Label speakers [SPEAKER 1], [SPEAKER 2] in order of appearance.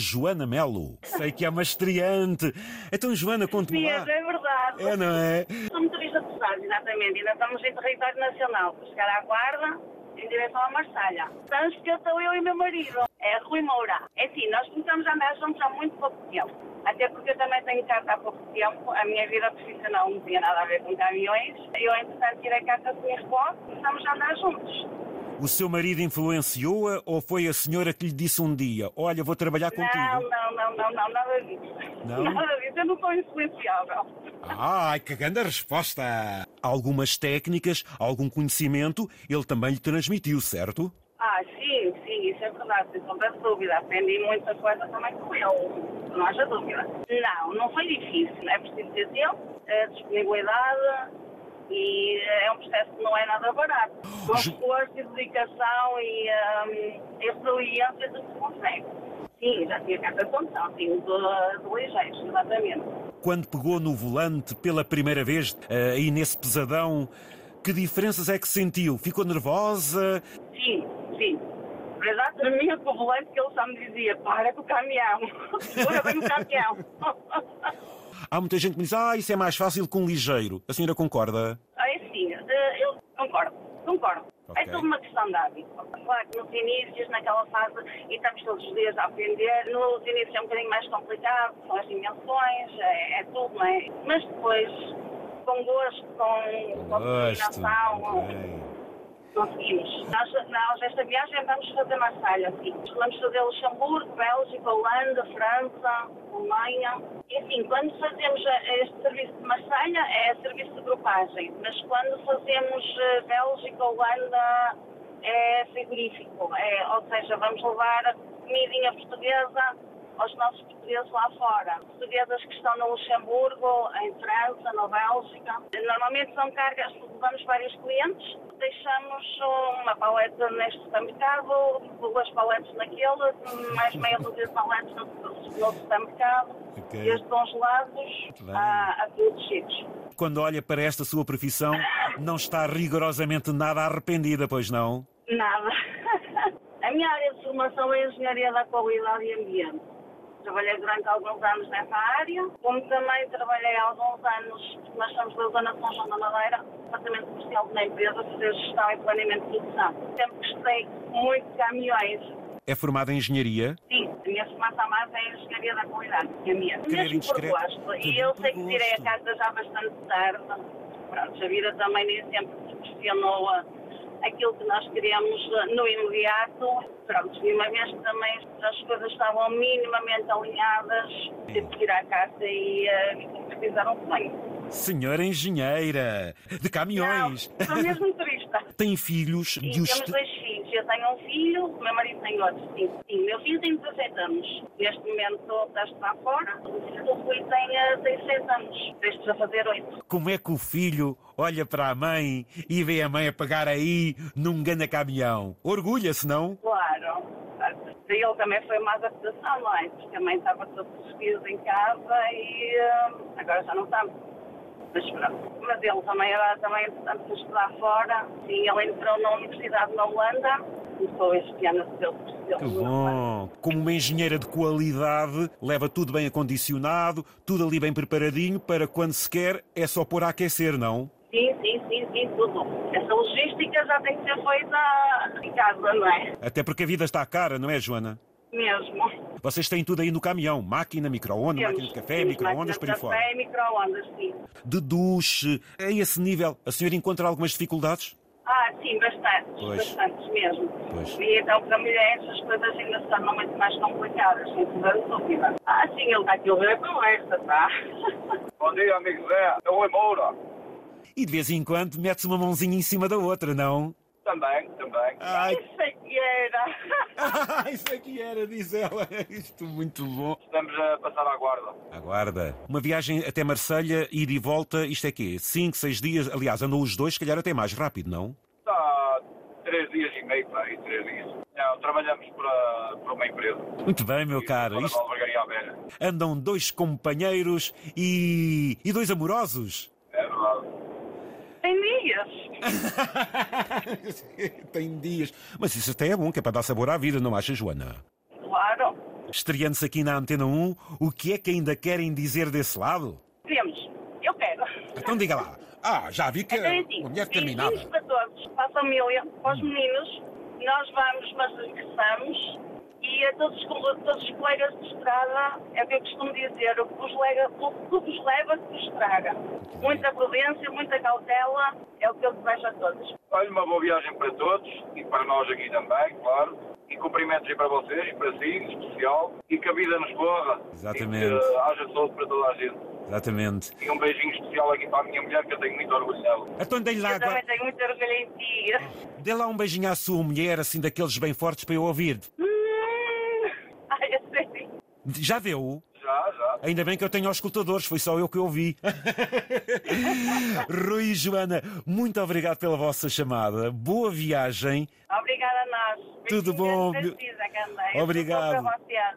[SPEAKER 1] Joana Melo. Sei que é uma estreante. Então, Joana, conte-me
[SPEAKER 2] Sim, é
[SPEAKER 1] lá.
[SPEAKER 2] verdade.
[SPEAKER 1] É, não é?
[SPEAKER 2] Sou motorista de Santos, exatamente. Ainda estamos em território nacional. Vou chegar à guarda em direção à Marsalha. Santos que eu estou eu e meu marido. É Rui Moura. É assim, nós começamos a andar juntos há muito pouco tempo. Até porque eu também tenho carta há pouco tempo. A minha vida profissional não tinha nada a ver com caminhões. Eu, entretanto, tirei carta de minha resposta. Começamos a andar juntos.
[SPEAKER 1] O seu marido influenciou-a ou foi a senhora que lhe disse um dia: Olha, vou trabalhar
[SPEAKER 2] Não,
[SPEAKER 1] contigo?
[SPEAKER 2] não, não, não, não, nada disso.
[SPEAKER 1] Não?
[SPEAKER 2] Nada disso. Eu não sou influenciável.
[SPEAKER 1] Ai, que grande resposta! Algumas técnicas, algum conhecimento, ele também lhe transmitiu, certo?
[SPEAKER 2] Ah, sim, sim, isso é verdade, sem sombra de dúvida. Aprendi muita coisa também com ele, não haja dúvida. Não, não foi difícil, é preciso ter tempo, eh, disponibilidade e eh, é um processo que não é nada barato. Com
[SPEAKER 1] Ju-
[SPEAKER 2] esforço e dedicação e um, resiliência do que se consegue. Sim, já tinha carta de condução, sim, do, do ligeiro, exatamente.
[SPEAKER 1] Quando pegou no volante pela primeira vez, eh, aí nesse pesadão, que diferenças é que sentiu? Ficou nervosa?
[SPEAKER 2] Sim, sim. Verdade, tremia com o volante que ele só me dizia, para com o caminhão, segura bem o caminhão.
[SPEAKER 1] Há muita gente que me diz: Ah, isso é mais fácil que um ligeiro. A senhora concorda?
[SPEAKER 2] É sim, eh, eu concordo, concordo.
[SPEAKER 1] Ok.
[SPEAKER 2] É tudo uma questão de hábito. Claro que nos inícios, naquela fase, e estamos todos os dias a aprender, nos inícios é um bocadinho mais complicado, são as dimensões, é, é tudo, não é? Mas depois, com gosto, com, com determinação,
[SPEAKER 1] Ok.
[SPEAKER 2] conseguimos. Nós, nós, esta viagem, vamos fazer Marselha, sim. Vamos fazer Luxemburgo, Bélgica, Holanda, França, Alemanha. E assim, quando fazemos eh, este serviço de Marselha, é serviço de grupagem. Mas quando fazemos eh, Bélgica, Holanda, é frigorífico. É, ou seja, vamos levar a comidinha portuguesa aos nossos portugueses lá fora. Portuguesas que estão no Luxemburgo, em França, na Bélgica. Normalmente são cargas, levamos vários clientes, deixamos uma paleta neste supermercado, duas paletes naquele, mais meia dúzia de paletes no, no supermercado,
[SPEAKER 1] Ok.
[SPEAKER 2] desde congelados
[SPEAKER 1] bem.
[SPEAKER 2] ah, a, a todos os sítios.
[SPEAKER 1] Quando olha para esta sua profissão, não está rigorosamente nada arrependida, pois não?
[SPEAKER 2] Nada. A minha área de formação é Engenharia da Qualidade e Ambiente. Trabalhei durante alguns anos nessa área, como também trabalhei há alguns anos, porque nós somos da Zona de São João da Madeira, departamento comercial de uma empresa, fazer gestão e planeamento de produção. Sempre gostei muito de caminhões.
[SPEAKER 1] É formada em engenharia?
[SPEAKER 2] Sim, a minha formação mais é Engenharia da Qualidade e Ambiente.
[SPEAKER 1] Querer
[SPEAKER 2] é Mesmo por
[SPEAKER 1] indiscreto.
[SPEAKER 2] gosto.
[SPEAKER 1] Tudo
[SPEAKER 2] E eu
[SPEAKER 1] por
[SPEAKER 2] sei que tirei a
[SPEAKER 1] gosto.
[SPEAKER 2] carta já bastante tarde. Pronto, a vida também nem sempre proporcionou ah, aquilo que nós queríamos ah, no imediato. Pronto, e uma vez que também as coisas estavam minimamente alinhadas, tive que tirar a carta e ah, e concretizar um sonho.
[SPEAKER 1] Senhora engenheira de caminhões.
[SPEAKER 2] Não, sou mesmo turista.
[SPEAKER 1] Tem filhos
[SPEAKER 2] E
[SPEAKER 1] de um os
[SPEAKER 2] temos dois filhos. Eu tenho um filho, o meu marido tem outro. Sim, sim. Meu filho tem 17 anos. Neste momento está a estudar fora. O filho do Rui tem, eh, tem 6 anos. Destes a fazer 8.
[SPEAKER 1] Como é que o filho olha para a mãe e vê a mãe a pagar aí num ganda caminhão? Orgulha-se, não?
[SPEAKER 2] Claro. Para ele também foi uma adaptação, não é? Porque também estava todos os dias em casa e eh, agora já não está. Mas pronto. Mas ele também era também, entretanto, a estudar fora. Sim, ele entrou na Universidade na Holanda. Começou este ano a fazer o curso dele
[SPEAKER 1] Que
[SPEAKER 2] na Holanda.
[SPEAKER 1] bom! Como uma engenheira de qualidade, leva tudo bem acondicionado, tudo ali bem preparadinho, para quando se quer é só pôr a aquecer, não?
[SPEAKER 2] Sim, sim, sim, sim, tudo. Essa logística já tem que ser feita em casa, não é?
[SPEAKER 1] Até porque a vida está cara, não é, Joana?
[SPEAKER 2] Mesmo.
[SPEAKER 1] Vocês têm tudo aí no caminhão: máquina, micro-ondas, máquina de café, micro-ondas, por aí
[SPEAKER 2] para
[SPEAKER 1] fora.
[SPEAKER 2] Café, micro-ondas, sim.
[SPEAKER 1] Deduz. A esse nível, a senhora encontra algumas dificuldades?
[SPEAKER 2] Ah, sim, bastantes,
[SPEAKER 1] Pois.
[SPEAKER 2] bastantes mesmo.
[SPEAKER 1] Pois.
[SPEAKER 2] E então, para mulheres, as coisas ainda se tornam muito mais complicadas, sem toda a dúvida. Ah, sim, ele está aqui a ouvir a conversa, tá?
[SPEAKER 3] Bom dia, amigo Zé. É o Rui Moura.
[SPEAKER 1] E de vez em quando mete-se uma mãozinha em cima da outra, não?
[SPEAKER 3] Também, também.
[SPEAKER 1] Ai,
[SPEAKER 2] Isso é que era.
[SPEAKER 1] Ah, isso aqui era, diz ela. Isto muito bom.
[SPEAKER 3] Estamos a passar à guarda.
[SPEAKER 1] Aguarda. Uma viagem até Marselha ida e volta, isto é quê? 5, 6 dias? Aliás, andou os dois, se calhar até mais rápido, não?
[SPEAKER 3] Está há três dias e meio para aí, três dias. Não, trabalhamos para, para uma empresa.
[SPEAKER 1] Muito bem, meu caro.
[SPEAKER 3] Para
[SPEAKER 1] Isto
[SPEAKER 3] a Albergaria à Beira.
[SPEAKER 1] andam dois companheiros e. e dois amorosos.
[SPEAKER 3] É verdade.
[SPEAKER 2] Tem dias.
[SPEAKER 1] Tem dias. Mas isso até é bom, que é para dar sabor à vida, não acha, Joana?
[SPEAKER 2] Claro.
[SPEAKER 1] estreando-se aqui na Antena 1, o que é que ainda querem dizer desse lado?
[SPEAKER 2] Queremos. Eu quero.
[SPEAKER 1] Então diga lá. Ah, já vi que
[SPEAKER 2] Então, é assim,
[SPEAKER 1] a mulher
[SPEAKER 2] beijinhos
[SPEAKER 1] terminada.
[SPEAKER 2] para todos, para a família, para
[SPEAKER 1] Hum.
[SPEAKER 2] os meninos. Nós vamos, mas regressamos. E a todos, os cole- todos os colegas de estrada, é o que eu costumo dizer, o que vos leva, o que vos, leva, que vos traga. Muita prudência, muita cautela, é o que eu desejo a todos.
[SPEAKER 3] Olha, uma boa viagem para todos e para nós aqui também, claro. E cumprimentos aí para vocês e para si, em especial. E que a vida nos corra.
[SPEAKER 1] Exatamente.
[SPEAKER 3] E que eh, haja saúde para toda a gente.
[SPEAKER 1] Exatamente.
[SPEAKER 3] E um beijinho especial aqui para a minha mulher, que eu tenho muito orgulho dela.
[SPEAKER 1] Então dê-lhe lá
[SPEAKER 2] Eu também
[SPEAKER 1] agora.
[SPEAKER 2] tenho muito orgulho em ti.
[SPEAKER 1] Dê lá um beijinho à sua mulher, assim daqueles bem fortes para eu ouvir.
[SPEAKER 2] Hum, Ai, eu sei.
[SPEAKER 1] Já deu?
[SPEAKER 3] Já, já.
[SPEAKER 1] Ainda bem que eu tenho aos escutadores, foi só eu que ouvi. Rui e Joana, muito obrigado pela vossa chamada. Boa viagem.
[SPEAKER 2] Obrigada a nós.
[SPEAKER 1] Tudo
[SPEAKER 2] Beijinhos
[SPEAKER 1] bom,
[SPEAKER 2] da
[SPEAKER 1] meu-
[SPEAKER 2] Cisa, Candeia. Tudo bom
[SPEAKER 1] Obrigado.
[SPEAKER 2] Para vocês.